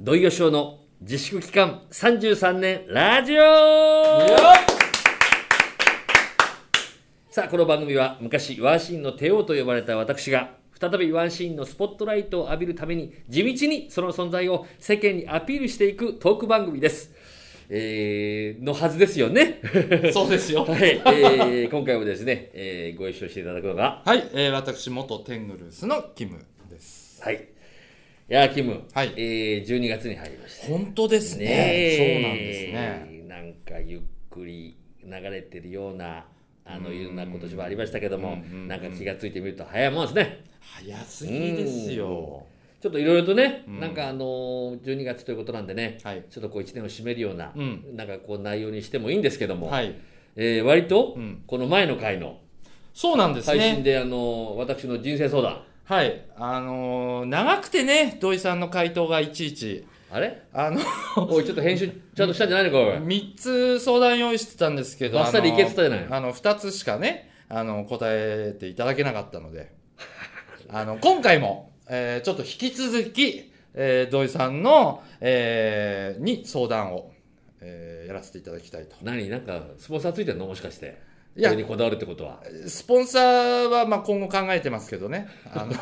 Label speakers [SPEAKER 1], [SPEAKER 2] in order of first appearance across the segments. [SPEAKER 1] 土井善雄の自粛期間33年ラジオさあこの番組は昔ワンシーンの帝王と呼ばれた私が再びワンシーンのスポットライトを浴びるために地道にその存在を世間にアピールしていくトーク番組です。えー、のはずですよね。
[SPEAKER 2] そうですよ
[SPEAKER 1] は。い、えー今回もですね、えーご一緒していただくのが、
[SPEAKER 2] はい、えー、私、元テングルスのキムです。
[SPEAKER 1] はい。いやー、キム、
[SPEAKER 2] はい
[SPEAKER 1] えー、12月に入りました。
[SPEAKER 2] 本当ですね。
[SPEAKER 1] え
[SPEAKER 2] そうなんですね。
[SPEAKER 1] なんかゆっくり流れてるような、あの、いろんな今年もありましたけども、なんか気がついてみると早いもんですね。
[SPEAKER 2] 早すぎですよ。
[SPEAKER 1] ちょっといろいろとね、なんかあのー、12月ということなんでね、
[SPEAKER 2] はい
[SPEAKER 1] ちょっとこう1年を締めるような、
[SPEAKER 2] うん
[SPEAKER 1] なんかこう内容にしてもいいんですけども、
[SPEAKER 2] はい。
[SPEAKER 1] えー割と
[SPEAKER 2] うん、
[SPEAKER 1] この前の回の
[SPEAKER 2] そうなんです
[SPEAKER 1] 配信
[SPEAKER 2] ね。
[SPEAKER 1] で、あのー、私の人生相談、
[SPEAKER 2] はい。あのー、長くてね、土井さんの回答がいちいち。
[SPEAKER 1] あ れ
[SPEAKER 2] あの、
[SPEAKER 1] おい、ちょっと編集ちゃんとしたんじゃないのか、おい。
[SPEAKER 2] 3つ相談用意してたんですけど、
[SPEAKER 1] バッサリ
[SPEAKER 2] あの
[SPEAKER 1] いけてたじゃない
[SPEAKER 2] あの、2つしかね、あの、答えていただけなかったので、 あの、今回も、えーちょっと引き続き、えー土井さんの、えーに相談を、えーやらせていただきたいと。
[SPEAKER 1] 何なんかスポンサーついてんのもしかして
[SPEAKER 2] いや
[SPEAKER 1] それにこだわるってことは
[SPEAKER 2] スポンサーは、まあ、今後考えてますけどね。あの、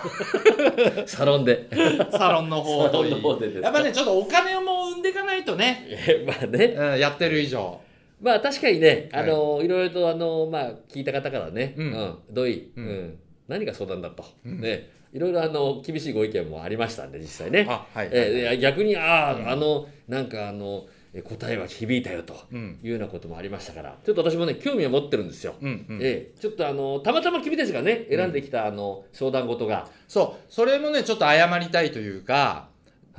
[SPEAKER 1] サロンで
[SPEAKER 2] サロンの方といい
[SPEAKER 1] サロンの方でですか
[SPEAKER 2] やっぱね、ちょっとお金も生んでいかないとね、
[SPEAKER 1] え まあね
[SPEAKER 2] うんやってる以上。
[SPEAKER 1] まあ確かにね
[SPEAKER 2] は
[SPEAKER 1] あ
[SPEAKER 2] い
[SPEAKER 1] の、い、ろいろとあのまあ聞いた方からね、
[SPEAKER 2] うん
[SPEAKER 1] どうい、う
[SPEAKER 2] うんん
[SPEAKER 1] 何が相談だと、ねいろいろあの厳しいご意見もありましたんで実際ね
[SPEAKER 2] あはい
[SPEAKER 1] えいや逆にああ、あのなんかあのえ答えは響いたよと
[SPEAKER 2] うん
[SPEAKER 1] いうようなこともありましたからちょっと私もね興味を持ってるんですよ、
[SPEAKER 2] うん、うん。
[SPEAKER 1] ええちょっとあのたまたま君たちがね選んできたあの相談事が、
[SPEAKER 2] そう、それもね、ちょっと謝りたいというか、
[SPEAKER 1] はい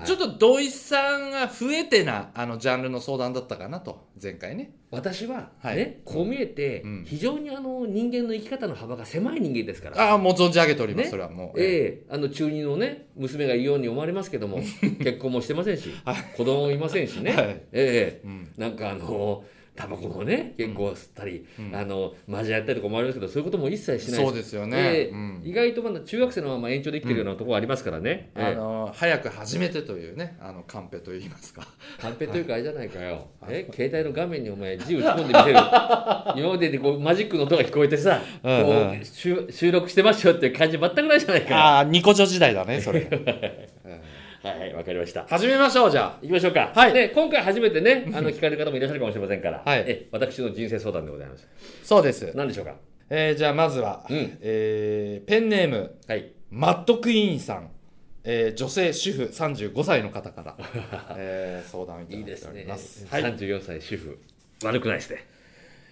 [SPEAKER 2] ちょっと土井さんが増えてな、あの、ジャンルの相談だったかなと、前回ね。
[SPEAKER 1] 私は、ね
[SPEAKER 2] はい
[SPEAKER 1] こう見えて、
[SPEAKER 2] うん
[SPEAKER 1] 非常にあの人間の生き方の幅が狭い人間ですから、
[SPEAKER 2] ああ、もう存じ上げております、
[SPEAKER 1] ね
[SPEAKER 2] それはもう。
[SPEAKER 1] ええあの中二のね娘がいいように思われますけど も結婚もしてませんし、子供もいませんしね、
[SPEAKER 2] はい
[SPEAKER 1] ええ
[SPEAKER 2] うん
[SPEAKER 1] なんかあのタバコもね結構吸ったり、
[SPEAKER 2] うん
[SPEAKER 1] あのマジやったりとかもありますけどそういうことも一切しないし
[SPEAKER 2] そうですよね
[SPEAKER 1] ええ
[SPEAKER 2] うん
[SPEAKER 1] 意外とまだ中学生のまま延長できてるようなところありますからね、 ええ
[SPEAKER 2] あの、早く始めてというね、あの、カンペといいますか。
[SPEAKER 1] カンペというかあれじゃないかよ。え携帯の画面にお前字打ち込んで見せ る。今まででこうマジックの音が聞こえてさ、こ
[SPEAKER 2] うんうん
[SPEAKER 1] う収収録してますよっていう感じ全くないじゃないか。
[SPEAKER 2] ああ、ニコジョ時代だね、それ。うん
[SPEAKER 1] はいはいわかりました。
[SPEAKER 2] 始めましょう、じゃ
[SPEAKER 1] 行きましょうか。
[SPEAKER 2] はい
[SPEAKER 1] で今回初めてねあの聞かれる方もいらっしゃるかもしれませんから。
[SPEAKER 2] はい
[SPEAKER 1] え私の人生相談でございます。
[SPEAKER 2] あ。そうです。
[SPEAKER 1] 何でしょうか。
[SPEAKER 2] えーじゃあ、まずは、
[SPEAKER 1] うん
[SPEAKER 2] えーペンネーム、
[SPEAKER 1] はい。
[SPEAKER 2] マッドクイーンさん、えー女性主婦35歳の方 から、えー相談をいた
[SPEAKER 1] いい
[SPEAKER 2] だ
[SPEAKER 1] で
[SPEAKER 2] いて
[SPEAKER 1] す
[SPEAKER 2] お
[SPEAKER 1] ね
[SPEAKER 2] り。ます。はい
[SPEAKER 1] 三十四歳主婦悪くないですね。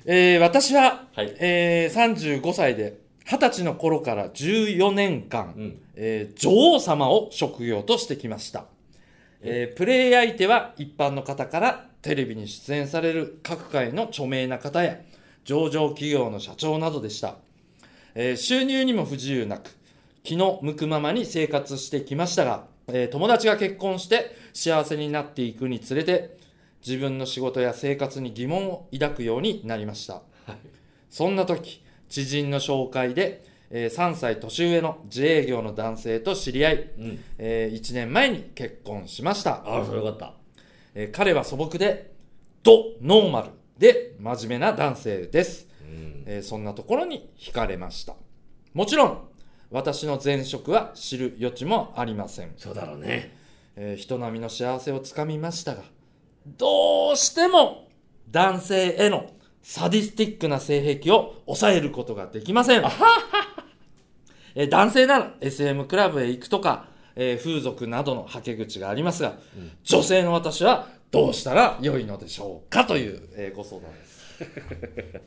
[SPEAKER 2] えー私は、
[SPEAKER 1] はい
[SPEAKER 2] えー35歳で二十歳の頃から14年間、
[SPEAKER 1] うん
[SPEAKER 2] えー女王様を職業としてきました、えープレイ相手は一般の方からテレビに出演される各界の著名な方や上場企業の社長などでした、えー収入にも不自由なく気の向くままに生活してきましたが、えー友達が結婚して幸せになっていくにつれて自分の仕事や生活に疑問を抱くようになりましたそんな時、知人の紹介で、えー3歳年上の自営業の男性と知り合い、
[SPEAKER 1] うん。
[SPEAKER 2] え1年前に結婚しました。
[SPEAKER 1] ああそれよかった。
[SPEAKER 2] えー彼は素朴で、ド・ノーマルで真面目な男性です。
[SPEAKER 1] うん。
[SPEAKER 2] えーそんなところに惹かれました。もちろん、私の前職は知る余地もありません。
[SPEAKER 1] そうだろうね。
[SPEAKER 2] えー人並みの幸せをつかみましたが、どうしても男性へのサディスティックな性癖を抑えることができません。えー男性なら SM クラブへ行くとか、えー風俗などのはけ口がありますが、女性の私はどうしたら良いのでしょうかという、えーご相談です。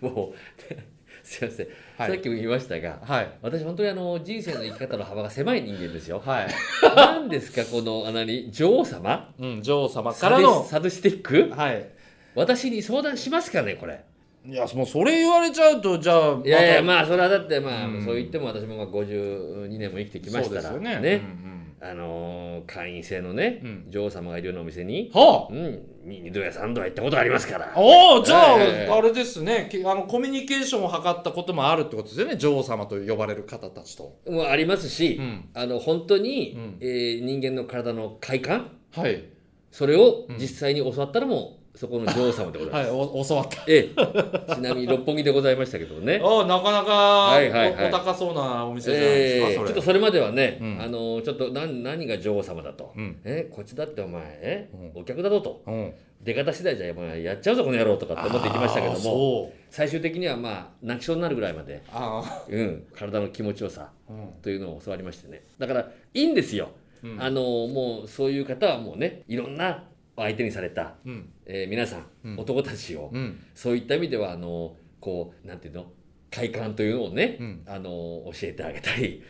[SPEAKER 1] もう すいません。
[SPEAKER 2] はい
[SPEAKER 1] さっきも言いましたが。
[SPEAKER 2] はい。
[SPEAKER 1] 私本当にあの人生の生き方の幅が狭い人間ですよ。
[SPEAKER 2] はい。
[SPEAKER 1] 何ですかこのあなに女王様
[SPEAKER 2] うん、女王様か
[SPEAKER 1] サ
[SPEAKER 2] ら
[SPEAKER 1] デ
[SPEAKER 2] の
[SPEAKER 1] ス、サデスティック
[SPEAKER 2] はい。
[SPEAKER 1] 私に相談しますかねこれ
[SPEAKER 2] いや、もうそれ言われちゃうと、じゃあ、
[SPEAKER 1] いやいや
[SPEAKER 2] ま
[SPEAKER 1] まあそれはだってまあ、
[SPEAKER 2] うん
[SPEAKER 1] そう言っても私もまあ52年も生きてき
[SPEAKER 2] た
[SPEAKER 1] まし
[SPEAKER 2] そう
[SPEAKER 1] た
[SPEAKER 2] で
[SPEAKER 1] か
[SPEAKER 2] す
[SPEAKER 1] ら
[SPEAKER 2] よね。うんうん
[SPEAKER 1] あのー会員制のね、
[SPEAKER 2] うん
[SPEAKER 1] 女王様がいるようなお店に、
[SPEAKER 2] はあ
[SPEAKER 1] うん、2度や3度は行ったことありますから
[SPEAKER 2] おおじゃあ、
[SPEAKER 1] ええ
[SPEAKER 2] あれですねきあのコミュニケーションを図ったこともあるってことですよね女王様と呼ばれる方たちと
[SPEAKER 1] もうありますし、
[SPEAKER 2] うん
[SPEAKER 1] あの本当に、
[SPEAKER 2] うん
[SPEAKER 1] えー人間の体の快感
[SPEAKER 2] はい、
[SPEAKER 1] それを実際に教わったらもうそこの女王様でございます、
[SPEAKER 2] はい、お教わった
[SPEAKER 1] ええ、ちなみに六本木でございましたけどね、
[SPEAKER 2] ああなかなか
[SPEAKER 1] いはいはい
[SPEAKER 2] おお高 そうなお店じゃない
[SPEAKER 1] え
[SPEAKER 2] です
[SPEAKER 1] えち
[SPEAKER 2] か、
[SPEAKER 1] ょっ
[SPEAKER 2] そ
[SPEAKER 1] と
[SPEAKER 2] れ、
[SPEAKER 1] それまではね、
[SPEAKER 2] うん
[SPEAKER 1] あのちょっと何何が女王様だと、
[SPEAKER 2] うん
[SPEAKER 1] えこっちだってお前、え
[SPEAKER 2] う
[SPEAKER 1] お客だぞと
[SPEAKER 2] うん、
[SPEAKER 1] 出方次第じゃお前やっちゃうぞこの野郎とかって思って行きましたけども最終的にはまあ泣きそうになるぐらいまで、
[SPEAKER 2] あーそうあ
[SPEAKER 1] うん、体の気持ちよさ
[SPEAKER 2] ー、うん
[SPEAKER 1] というのを教わりましてねだからいいんですよ、
[SPEAKER 2] うん
[SPEAKER 1] あのもうそういう方はもうねいろんな相手にされた、
[SPEAKER 2] うん
[SPEAKER 1] えー皆さん、
[SPEAKER 2] うん
[SPEAKER 1] 男たちを、
[SPEAKER 2] うん
[SPEAKER 1] そういった意味ではあのこうなんていうの快感というのをね、
[SPEAKER 2] うん
[SPEAKER 1] あの教えてあげたり、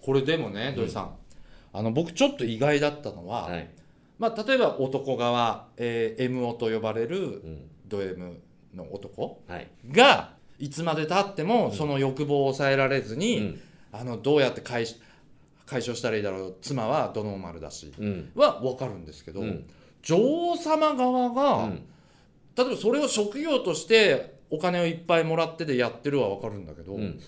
[SPEAKER 2] これでもね土井さん、あの僕ちょっと意外だったのは、
[SPEAKER 1] はい
[SPEAKER 2] まあ、例えば男側、えー、MO と呼ばれる
[SPEAKER 1] うん
[SPEAKER 2] ド M の男
[SPEAKER 1] はい
[SPEAKER 2] がいつまでたってもその欲望を抑えられずに、
[SPEAKER 1] うん
[SPEAKER 2] あのどうやって解し解消したらいいだろう妻はドノーマルだし
[SPEAKER 1] うん
[SPEAKER 2] は分かるんですけど、
[SPEAKER 1] うん
[SPEAKER 2] 女王様側
[SPEAKER 1] う
[SPEAKER 2] が、
[SPEAKER 1] ん
[SPEAKER 2] 例えばそれを職業としてお金をいっぱいもらってでやってるは分かるんだけど、
[SPEAKER 1] うん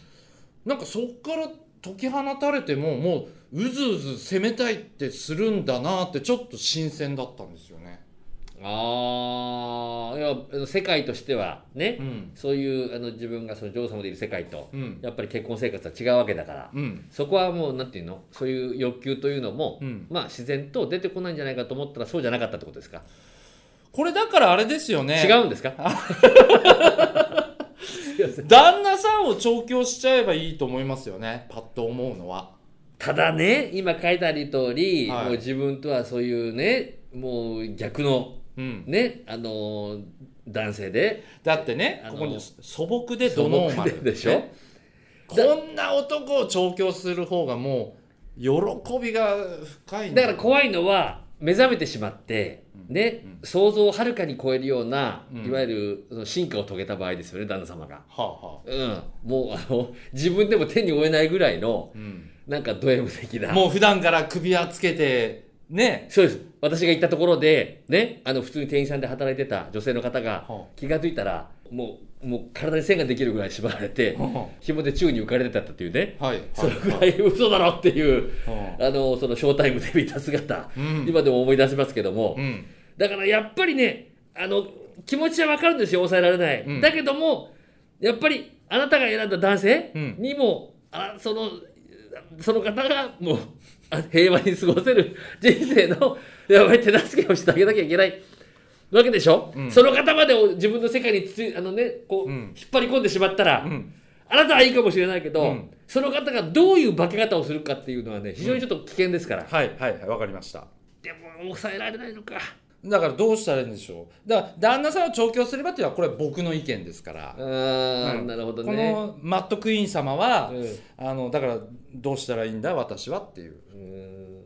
[SPEAKER 2] なんかそこから解き放たれてももううずうず攻めたいってするんだなってちょっと新鮮だったんですよね。
[SPEAKER 1] ああいやあの世界としてはね、
[SPEAKER 2] うん
[SPEAKER 1] そういうあの自分がその女王様でいる世界と、
[SPEAKER 2] うん
[SPEAKER 1] やっぱり結婚生活は違うわけだから、
[SPEAKER 2] うん
[SPEAKER 1] そこはもうなんていうのそういう欲求というのも、
[SPEAKER 2] うん
[SPEAKER 1] まあ自然と出てこないんじゃないかと思ったらそうじゃなかったってことですか、
[SPEAKER 2] これだからあれですよね
[SPEAKER 1] 違うんですか すいません
[SPEAKER 2] 旦那さんを調教しちゃえばいいと思いますよねパッと思うのは
[SPEAKER 1] ただね今書いてある通り、
[SPEAKER 2] はい
[SPEAKER 1] もう自分とはそういうねもう逆の
[SPEAKER 2] うん
[SPEAKER 1] ねあのー男性で
[SPEAKER 2] だってね
[SPEAKER 1] あの
[SPEAKER 2] ここに素朴でドノーマル
[SPEAKER 1] でしょ
[SPEAKER 2] ねこんな男を調教する方がもう喜びが深いん
[SPEAKER 1] だから怖いのは目覚めてしまって、ね、想像をはるかに超えるような、
[SPEAKER 2] うん
[SPEAKER 1] いわゆるその進化を遂げた場合ですよね旦那様が。
[SPEAKER 2] はあはあ
[SPEAKER 1] うん、もうあの自分でも手に負えないぐらいの
[SPEAKER 2] うん、
[SPEAKER 1] なんかド M 的な
[SPEAKER 2] もう普段から首輪つけてね
[SPEAKER 1] そうです私が行ったところで、ね、あの普通に店員さんで働いてた女性の方が
[SPEAKER 2] はあ
[SPEAKER 1] 気が付いたらもうもう体に線ができるぐらい縛られて
[SPEAKER 2] はあ
[SPEAKER 1] 紐で宙に浮かれてたっていうね
[SPEAKER 2] はいはい
[SPEAKER 1] それぐらい嘘だろっていう
[SPEAKER 2] は
[SPEAKER 1] あのそのショータイムで見た姿、
[SPEAKER 2] うん
[SPEAKER 1] 今でも思い出しますけども、
[SPEAKER 2] うん
[SPEAKER 1] だからやっぱりねあの気持ちは分かるんですよ抑えられない、
[SPEAKER 2] うん
[SPEAKER 1] だけどもやっぱりあなたが選んだ男性
[SPEAKER 2] うん
[SPEAKER 1] にも、あそのその方がもうあ平和に過ごせ る人生のやばい手助けをしてあげなきゃいけないわけでしょ、
[SPEAKER 2] うん
[SPEAKER 1] その方までを自分の世界についあの、ねこう
[SPEAKER 2] うん
[SPEAKER 1] 引っ張り込んでしまったら、
[SPEAKER 2] うん
[SPEAKER 1] あなたはいいかもしれないけど、
[SPEAKER 2] うん
[SPEAKER 1] その方がどういう化け方をするかっていうのはね非常にちょっと危険ですから、
[SPEAKER 2] はいはいはいわかりました
[SPEAKER 1] でも抑えられないのか。
[SPEAKER 2] だからどうしたらいいんでしょうだから旦那さんを調教すればっていうのはこれは僕の意見ですから
[SPEAKER 1] あー
[SPEAKER 2] うん
[SPEAKER 1] なるほど
[SPEAKER 2] こ
[SPEAKER 1] ね。
[SPEAKER 2] のマットクイーン様は、
[SPEAKER 1] うん
[SPEAKER 2] あのだからどうしたらいいんだ私はっていう
[SPEAKER 1] うーん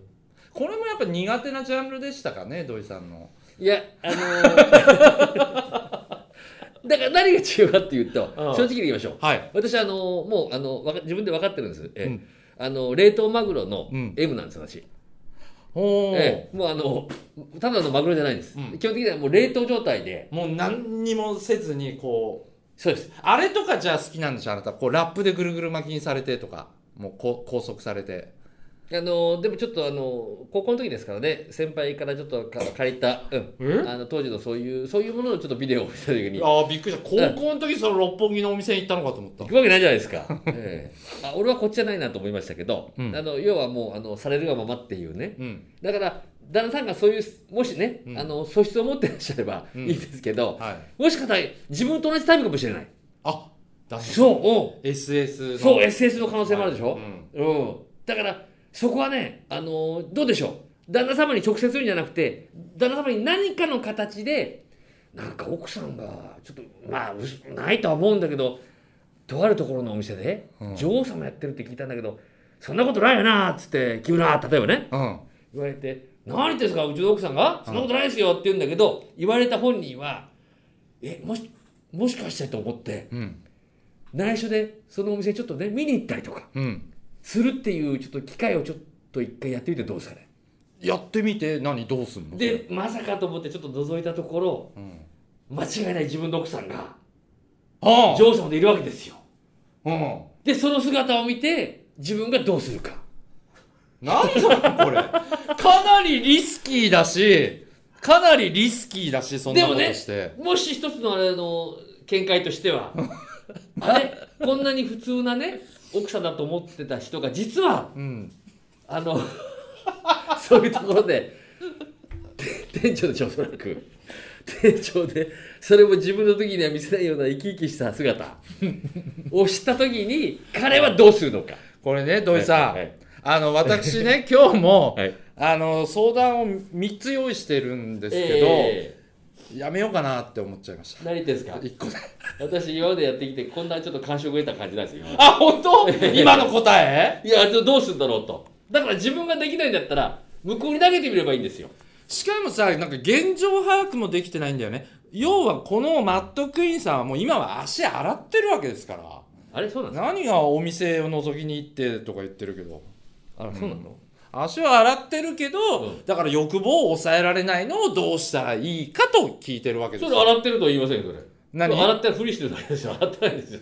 [SPEAKER 2] これもやっぱ苦手なジャンルでしたかね土井さんの
[SPEAKER 1] いや、あの ーだから何が違うかっていうと、
[SPEAKER 2] うん
[SPEAKER 1] 正直に言いましょう。
[SPEAKER 2] はい
[SPEAKER 1] 私、あのーもう、あのわか自分で分かってるんです。ええ
[SPEAKER 2] うん
[SPEAKER 1] あの冷凍マグロの
[SPEAKER 2] うん
[SPEAKER 1] M なんです、私。
[SPEAKER 2] おお、
[SPEAKER 1] ええもう、あのただのマグロじゃないんです。
[SPEAKER 2] うん
[SPEAKER 1] 基本的にはもう冷凍状態で。
[SPEAKER 2] もう何にもせずにこう
[SPEAKER 1] そうです。
[SPEAKER 2] あれとかじゃあ好きなんでしょあなたこうラップでぐるぐる巻きにされてとかもうこう拘束されて
[SPEAKER 1] あのーでもちょっと、あのー高校の時ですからね、先輩からちょっとか借りた、うん
[SPEAKER 2] え
[SPEAKER 1] あの当時のそういう、そういうもののちょっとビデオを見た時に、
[SPEAKER 2] ああびっくりした高校の時その六本木のお店に行ったのかと思った
[SPEAKER 1] 行くわけないじゃないです か、ええあ俺はこっちじゃないなと思いましたけど、
[SPEAKER 2] うん
[SPEAKER 1] あの要はもうあのされるがままっていうね
[SPEAKER 2] うん
[SPEAKER 1] だから旦那さんがそういうもしね、
[SPEAKER 2] うん
[SPEAKER 1] あの素質を持ってらっしゃれば
[SPEAKER 2] う
[SPEAKER 1] い
[SPEAKER 2] ん
[SPEAKER 1] いですけど、
[SPEAKER 2] はい
[SPEAKER 1] もしかしたら自分と同じタイプかもしれない、
[SPEAKER 2] あだ
[SPEAKER 1] そう
[SPEAKER 2] SS
[SPEAKER 1] う
[SPEAKER 2] の
[SPEAKER 1] んそう SS の可能性もあるでしょ、
[SPEAKER 2] うん
[SPEAKER 1] うんだからそこはね、あのどうでしょう旦那様に直接言うんじゃなくて旦那様に何かの形でなんか奥さんがちょっとまあうすないとは思うんだけどとあるところのお店で
[SPEAKER 2] うん
[SPEAKER 1] 女王様やってるって聞いたんだけど、そんなことないよなっつって「君な」例えばね
[SPEAKER 2] うん
[SPEAKER 1] 言われて「何言ってんですかうちの奥さんがそんなことないですよ」って言うんだけど言われた本人は「えもしもしかして」と思って
[SPEAKER 2] うん
[SPEAKER 1] 内緒でそのお店ちょっとね見に行ったりとか
[SPEAKER 2] うん
[SPEAKER 1] するっていうちょっと機会をちょっと一回やってみてどうですかね
[SPEAKER 2] やってみて何どうすんの
[SPEAKER 1] でまさかと思ってちょっと覗いたところ
[SPEAKER 2] うん
[SPEAKER 1] 間違いない自分の奥さんが
[SPEAKER 2] あ
[SPEAKER 1] 女王様でいるわけですよ
[SPEAKER 2] あうん
[SPEAKER 1] でその姿を見て自分がどうするか
[SPEAKER 2] なんだろうこれ かなりリスキーだしかなりリスキーだしそんなことして、
[SPEAKER 1] もし一つのあれの見解としては あれこんなに普通なね奥さんだと思ってた人が実は
[SPEAKER 2] うん、
[SPEAKER 1] あの そういうところでて店長でしょおそらく店長でそれも自分の時には見せないような生き生きした姿を知った時に彼はどうするのか
[SPEAKER 2] これね土井さん、
[SPEAKER 1] はいはい
[SPEAKER 2] あの 私ね今日も、
[SPEAKER 1] はい
[SPEAKER 2] あの相談を3つ用意してるんですけど、
[SPEAKER 1] え
[SPEAKER 2] やめようかなって思っちゃいまし
[SPEAKER 1] ー何言ってんです
[SPEAKER 2] た
[SPEAKER 1] か
[SPEAKER 2] 1個で
[SPEAKER 1] 私今までやってきてこんなちょっと感触を得た感じなんですよ今
[SPEAKER 2] あ本当今の答え
[SPEAKER 1] いやどうするんだろうとだから自分ができないんだったら向こうに投げてみればいいんですよ
[SPEAKER 2] しかもさなんか現状把握もできてないんだよね要はこのマットクイーンさんはもう今は足洗ってるわけですから
[SPEAKER 1] あれそうなんですか
[SPEAKER 2] 何がお店を覗きに行ってとか言ってるけど
[SPEAKER 1] あそうなの、
[SPEAKER 2] 足は洗ってるけど、
[SPEAKER 1] うん
[SPEAKER 2] だから欲望を抑えられないのをどうしたらいいかと聞いてるわけで
[SPEAKER 1] そ
[SPEAKER 2] す
[SPEAKER 1] れ
[SPEAKER 2] よ
[SPEAKER 1] 洗ってるとは言いませんよそれ
[SPEAKER 2] 何
[SPEAKER 1] 洗ったらふりしてるだけですよ洗ってないですよ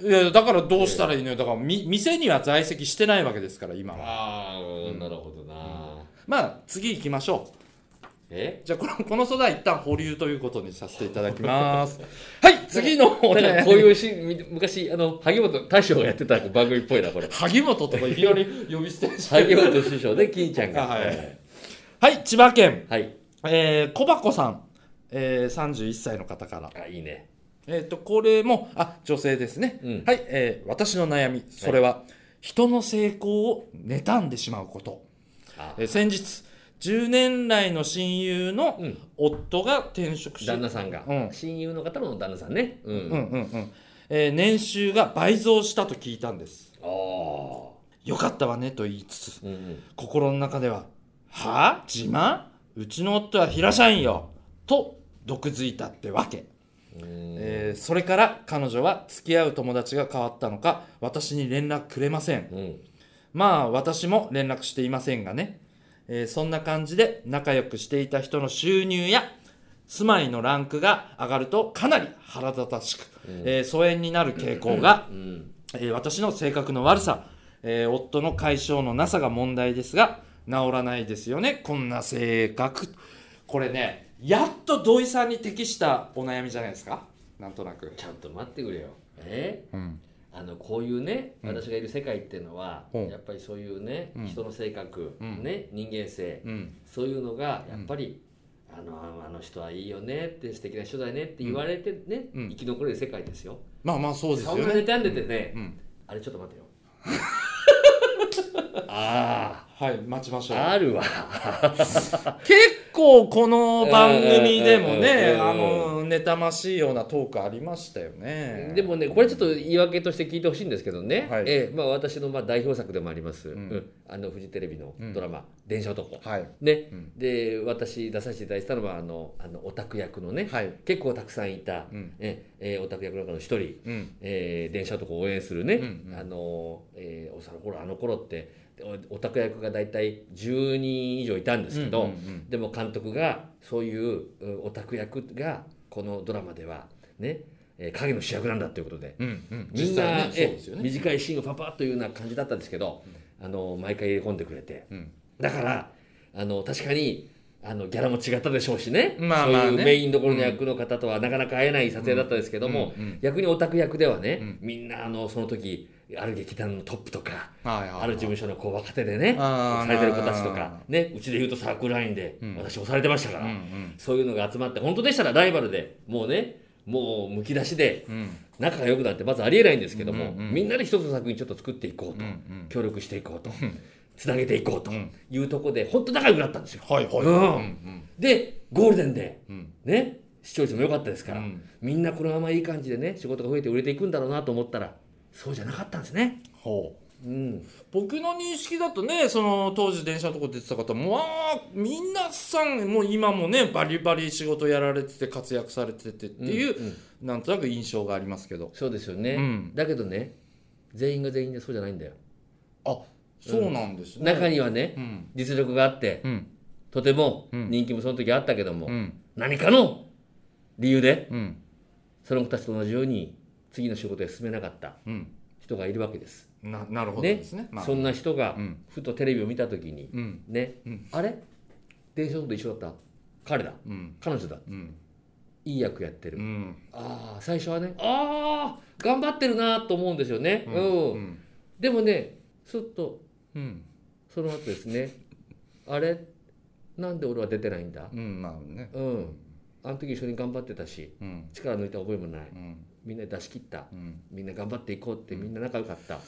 [SPEAKER 1] それ
[SPEAKER 2] いやだからどうしたらいいのよだからみ店には在籍してないわけですから今は
[SPEAKER 1] ああなるほどな、
[SPEAKER 2] まあ次行きましょ
[SPEAKER 1] え
[SPEAKER 2] うじゃあこのこの相談一旦保留ということにさせていただきます はい次のお
[SPEAKER 1] なんか
[SPEAKER 2] 題
[SPEAKER 1] こういうシーン昔あの萩本大将がやってた番組っぽいな これ
[SPEAKER 2] 萩本とかいきなり呼び捨てにし
[SPEAKER 1] 萩本師匠で金ちゃんが
[SPEAKER 2] あはいはい千葉県、
[SPEAKER 1] はい
[SPEAKER 2] えー、小箱さん、えー、31歳の方から
[SPEAKER 1] あいいね
[SPEAKER 2] えっ、とこれもあ女性ですね、
[SPEAKER 1] うん
[SPEAKER 2] はい、えー私の悩みそれは、人の成功を妬んでしまうこと
[SPEAKER 1] あ
[SPEAKER 2] えー先日10年来の親友の
[SPEAKER 1] うん
[SPEAKER 2] 夫が転職し、
[SPEAKER 1] 旦那さんが、
[SPEAKER 2] うん
[SPEAKER 1] 親友の方の旦那さんねうん、
[SPEAKER 2] うん
[SPEAKER 1] あ
[SPEAKER 2] うんうんえー年収が倍増したと聞いたんです
[SPEAKER 1] あ
[SPEAKER 2] よかったわねと言いつつ
[SPEAKER 1] うんうん
[SPEAKER 2] 心の中では「はあ自慢うちの夫は平社員よ」と毒づいたってわけ、
[SPEAKER 1] うん
[SPEAKER 2] えーそれから彼女は付き合う友達が変わったのか私に連絡くれません
[SPEAKER 1] うん
[SPEAKER 2] まあ私も連絡していませんがね、えーそんな感じで仲良くしていた人の収入や住まいのランクが上がるとかなり腹立たしく、えー疎遠になる傾向が、
[SPEAKER 1] うん
[SPEAKER 2] えー私の性格の悪さ、えー夫の解消のなさが問題ですが治らないですよねこんな性格これねやっと土井さんに適したお悩みじゃないですかなんとなく、
[SPEAKER 1] ちゃんと待ってくれよえ
[SPEAKER 2] うん、
[SPEAKER 1] あのこういうね私がいる世界っていうのは、
[SPEAKER 2] うん
[SPEAKER 1] やっぱりそういうね、
[SPEAKER 2] うん
[SPEAKER 1] 人の性格、
[SPEAKER 2] うん
[SPEAKER 1] ね人間性、
[SPEAKER 2] うん
[SPEAKER 1] そういうのがやっぱり、あのあのあの人はいいよねって素敵な人だよねって言われてね、
[SPEAKER 2] うん
[SPEAKER 1] 生き残れる世界ですよ。
[SPEAKER 2] まあまあそうです
[SPEAKER 1] そ
[SPEAKER 2] よ
[SPEAKER 1] んな
[SPEAKER 2] ね
[SPEAKER 1] 妬んでてね、
[SPEAKER 2] うん
[SPEAKER 1] あれちょっと待て よ。あ
[SPEAKER 2] はい待ちましょ う
[SPEAKER 1] あ、あるわ。
[SPEAKER 2] 結構この番組でもね、
[SPEAKER 1] うん
[SPEAKER 2] あ
[SPEAKER 1] うん
[SPEAKER 2] の、妬ましいようなトークありましたよね。
[SPEAKER 1] でもね、これちょっと言い訳として聞いてほしいんですけどね、
[SPEAKER 2] はい
[SPEAKER 1] ええまあ、私のまあ代表作でもあります、うん
[SPEAKER 2] ん
[SPEAKER 1] あのフジテレビのドラマ、電車男。
[SPEAKER 2] はい。
[SPEAKER 1] ね
[SPEAKER 2] うん
[SPEAKER 1] で私出させていただいてたのはあのあのオタク役のね、
[SPEAKER 2] はい
[SPEAKER 1] 結構たくさんいた、
[SPEAKER 2] うん
[SPEAKER 1] ええオタク役の中の一人、
[SPEAKER 2] うん。
[SPEAKER 1] えー電車とか応援するね、
[SPEAKER 2] うんうん
[SPEAKER 1] あの、えーおその頃あの頃っておオタク役が大体10人以上いたんですけど、
[SPEAKER 2] うんうんうん
[SPEAKER 1] でも監督がそういううオタク役がこのドラマではね、えー影の主役なんだということで、
[SPEAKER 2] うん。うん。
[SPEAKER 1] みん
[SPEAKER 2] 実際
[SPEAKER 1] な、
[SPEAKER 2] ねそう
[SPEAKER 1] え
[SPEAKER 2] ですよね。
[SPEAKER 1] 短いシーンをパパッというような感じだったんですけど、あの毎回入れ込んでくれて、
[SPEAKER 2] うん
[SPEAKER 1] だからあの確かにあのギャラも違ったでしょうしね,、
[SPEAKER 2] まあまあね
[SPEAKER 1] そういうメインどころの役の方とはなかなか会えない撮影だったんですけども、
[SPEAKER 2] うんうんうん
[SPEAKER 1] 逆にオタク役ではね、
[SPEAKER 2] うん
[SPEAKER 1] みんなあのその時ある劇団のトップとか。
[SPEAKER 2] はいはい。
[SPEAKER 1] ある事務所のこう若手でね、
[SPEAKER 2] あー
[SPEAKER 1] 押されてる子たちと
[SPEAKER 2] あ
[SPEAKER 1] か、ね、うちで言うとサークルラインで、私押されてましたから、
[SPEAKER 2] うんうん
[SPEAKER 1] そういうのが集まって、本当でしたらライバルでもうね、もうむき出しで、
[SPEAKER 2] うん。
[SPEAKER 1] 仲が良くなってまずありえないんですけども、
[SPEAKER 2] うんうんうん
[SPEAKER 1] みんなで一つの作品ちょっと作っていこうと、
[SPEAKER 2] うんうん
[SPEAKER 1] 協力していこうと、つなげていこうと
[SPEAKER 2] うん
[SPEAKER 1] いうところで本当仲良くなったんですよ
[SPEAKER 2] はいはい。
[SPEAKER 1] うん
[SPEAKER 2] うん。
[SPEAKER 1] でゴールデンで、
[SPEAKER 2] うん
[SPEAKER 1] ね視聴率も良かったですから、
[SPEAKER 2] うん
[SPEAKER 1] みんなこのままいい感じでね仕事が増えて売れていくんだろうなと思ったらそうじゃなかったんですね
[SPEAKER 2] ほう。
[SPEAKER 1] うん
[SPEAKER 2] 僕の認識だとね、その当時電車のとこ出てた方も、わあ、皆さん、もう今もね、バリバリ仕事やられてて、活躍されててっていう、
[SPEAKER 1] うんうん
[SPEAKER 2] なんとなく印象がありますけど。
[SPEAKER 1] そうですよね、
[SPEAKER 2] うん
[SPEAKER 1] だけどね全員が全員でそうじゃないんだよ
[SPEAKER 2] あ、そうなんですね。
[SPEAKER 1] 中にはね、
[SPEAKER 2] うん。
[SPEAKER 1] 実力があって
[SPEAKER 2] うん。
[SPEAKER 1] とても
[SPEAKER 2] うん
[SPEAKER 1] 人気もその時あったけども、
[SPEAKER 2] うん。
[SPEAKER 1] 何かの理由で
[SPEAKER 2] うん。
[SPEAKER 1] その子たちと同じように次の仕事へ進めなかった
[SPEAKER 2] うん。
[SPEAKER 1] 人がいるわけです
[SPEAKER 2] ななるほどですね。まあ
[SPEAKER 1] そんな人が
[SPEAKER 2] うん
[SPEAKER 1] ふとテレビを見た時に、
[SPEAKER 2] うん
[SPEAKER 1] ね、
[SPEAKER 2] うん
[SPEAKER 1] あれ電車のこと一緒だった彼だ
[SPEAKER 2] うん
[SPEAKER 1] 彼女だ
[SPEAKER 2] うん
[SPEAKER 1] いい役やってる、
[SPEAKER 2] うん
[SPEAKER 1] ああ最初はねああ頑張ってるなと思うんですよね、
[SPEAKER 2] う
[SPEAKER 1] うんん
[SPEAKER 2] うん
[SPEAKER 1] でもねすっと
[SPEAKER 2] うん
[SPEAKER 1] その後ですねあれなんで俺は出てないんだ
[SPEAKER 2] うんまあね
[SPEAKER 1] うんあの時一緒に頑張ってたし
[SPEAKER 2] うん
[SPEAKER 1] 力抜いた覚えもない
[SPEAKER 2] うん
[SPEAKER 1] みんな出し切った
[SPEAKER 2] うん
[SPEAKER 1] みんな頑張っていこうってみんな仲良かった、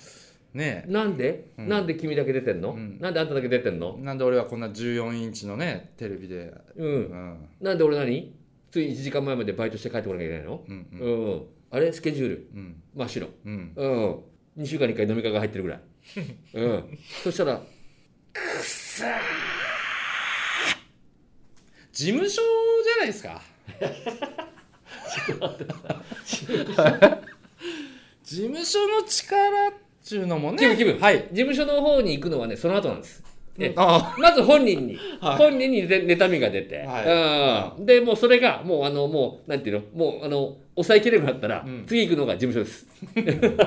[SPEAKER 2] ね
[SPEAKER 1] なんで、
[SPEAKER 2] うん
[SPEAKER 1] なんで君だけ出てんの、
[SPEAKER 2] うん
[SPEAKER 1] なんであんただけ出てん
[SPEAKER 2] え
[SPEAKER 1] の
[SPEAKER 2] なんで俺はこんな14インチのねテレビで
[SPEAKER 1] うん、
[SPEAKER 2] うん
[SPEAKER 1] なんで俺何つい1時間前までバイトして帰ってこなきゃいけないの
[SPEAKER 2] う
[SPEAKER 1] うんん、あれスケジュール
[SPEAKER 2] うん
[SPEAKER 1] 真っ白
[SPEAKER 2] うん
[SPEAKER 1] うん2週間に1回飲み会が入ってるぐ らいうんそしたら
[SPEAKER 2] 事務所じゃないです か事務所の力っていうのもね
[SPEAKER 1] 気分気分
[SPEAKER 2] はい
[SPEAKER 1] 事務所の方に行くのはねその後なんです、ね
[SPEAKER 2] あ
[SPEAKER 1] まず本人に、
[SPEAKER 2] はい
[SPEAKER 1] 本人にで妬みが出て、
[SPEAKER 2] は
[SPEAKER 1] うんでもうそれがもうあのもうなんていうのもうあの抑えきれなくなったら、
[SPEAKER 2] うん
[SPEAKER 1] 次行くのが事務所です、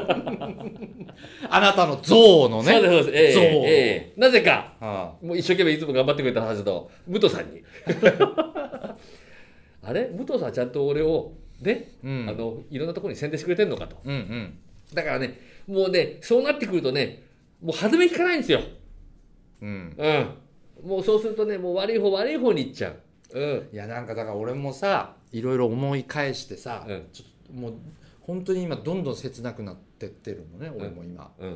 [SPEAKER 2] あなたの像のね
[SPEAKER 1] そうですそうです、ええ
[SPEAKER 2] そう
[SPEAKER 1] ええなぜか
[SPEAKER 2] あ
[SPEAKER 1] もう一生懸命いつも頑張ってくれたはずの武藤さ んにあれ武藤さんちゃんと俺をね、
[SPEAKER 2] うん
[SPEAKER 1] あのいろんなところに宣伝してくれてるのかと
[SPEAKER 2] うんうん
[SPEAKER 1] だからねもうねそうなってくるとねもう歯止め効かないんですよ
[SPEAKER 2] うん
[SPEAKER 1] うんもうそうするとねもう悪い方悪い方に行っちゃううん
[SPEAKER 2] いやなんかだから俺もさいろいろ思い返してさ、
[SPEAKER 1] うん
[SPEAKER 2] ちょっともう本当に今どんどん切なくなってってるのね俺も今、
[SPEAKER 1] うん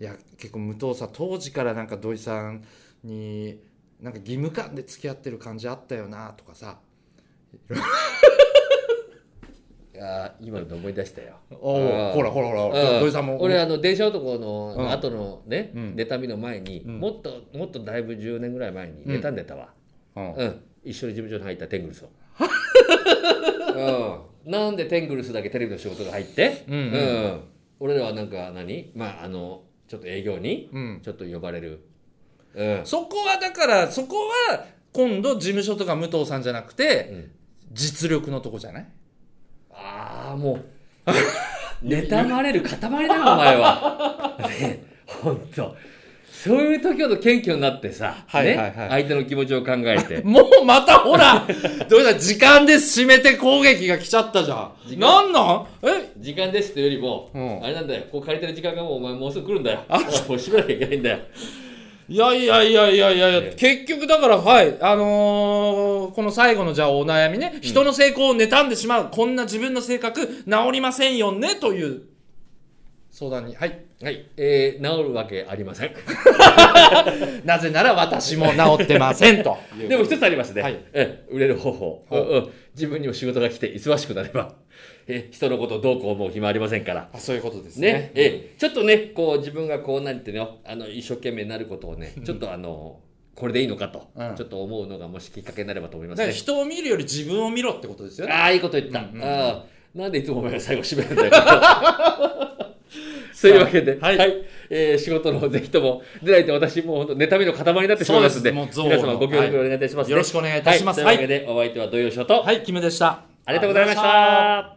[SPEAKER 2] いや結構武藤さん当時からなんか土井さんになんか義務感で付き合ってる感じあったよなとかさ
[SPEAKER 1] いやー今ので思い出したよ。
[SPEAKER 2] お
[SPEAKER 1] うん
[SPEAKER 2] ほらほらほ
[SPEAKER 1] う
[SPEAKER 2] ら
[SPEAKER 1] ん
[SPEAKER 2] 土井さんも
[SPEAKER 1] 俺あの電車男
[SPEAKER 2] うん
[SPEAKER 1] の後のね、
[SPEAKER 2] うん
[SPEAKER 1] 妬みの前に、
[SPEAKER 2] うん
[SPEAKER 1] もっともっとだいぶ10年ぐらい前に
[SPEAKER 2] うん
[SPEAKER 1] 妬んでたわ、
[SPEAKER 2] うん
[SPEAKER 1] うん一緒に事務所に入ったテングル スを、うん、なんでテングルスだけテレビの仕事が入って、
[SPEAKER 2] うんうん
[SPEAKER 1] 俺らはなんか何まああのちょっと営業に
[SPEAKER 2] うん
[SPEAKER 1] ちょっと呼ばれる、うん、
[SPEAKER 2] そこはだからそこは今度事務所とか武藤さんじゃなくて、
[SPEAKER 1] うん
[SPEAKER 2] 実力のとこじゃない
[SPEAKER 1] ああ もう妬まれる塊だよお前はね本当そういう時ほど謙虚になってさ、
[SPEAKER 2] はいはいはい
[SPEAKER 1] ね、相手の気持ちを考えて
[SPEAKER 2] もうまたほら土井さん時間です締めて攻撃が来ちゃったじゃん
[SPEAKER 1] 時間
[SPEAKER 2] なんなんえ
[SPEAKER 1] 時間ですというよりも、
[SPEAKER 2] うん
[SPEAKER 1] あれなんだよこう借りてる時間がもうお前もうすぐ来るんだよあもう閉めなきゃいけないんだよ
[SPEAKER 2] いやいやいやいやいやいや、
[SPEAKER 1] ええ
[SPEAKER 2] 結局だから、はい、あのーこの最後のじゃあお悩みね、人の成功を妬んでしまう、こんな自分の性格、治りませんよね、という相談に、はい。
[SPEAKER 1] はい、えー、治るわけありません
[SPEAKER 2] なぜなら私も治ってません と。
[SPEAKER 1] でも一つありますね、
[SPEAKER 2] はい
[SPEAKER 1] え売れる方法、
[SPEAKER 2] ほう
[SPEAKER 1] うんうん自分にも仕事が来て忙しくなれば、 え人のことをどうこう思う暇ありませんから
[SPEAKER 2] あそういうことですね。
[SPEAKER 1] ね、ええちょっとね、こう自分がこうなんていうの、あの一生懸命になることをね、ちょっとあの。これでいいのかと、
[SPEAKER 2] うん
[SPEAKER 1] ちょっと思うのがもしきっかけになればと思います
[SPEAKER 2] だから
[SPEAKER 1] ね。
[SPEAKER 2] 人を見るより自分を見ろってことですよね。
[SPEAKER 1] ああ、いいこと言った。
[SPEAKER 2] うんうんうん
[SPEAKER 1] ああなんでいつもお前が最後締めるんだよ。 そういうわけで、
[SPEAKER 2] はい
[SPEAKER 1] えー仕事の方ぜひとも、でないと私もう本当妬みの塊になってしまいますんで、
[SPEAKER 2] そうですも
[SPEAKER 1] 皆様
[SPEAKER 2] う憎悪の
[SPEAKER 1] ご協力お願いいたします、ね
[SPEAKER 2] はいよろしくお願いいたします
[SPEAKER 1] はいというわけで、お相手は土曜ショート、
[SPEAKER 2] はい、決めでした。
[SPEAKER 1] ありがとうございまし。
[SPEAKER 2] ありがとうございました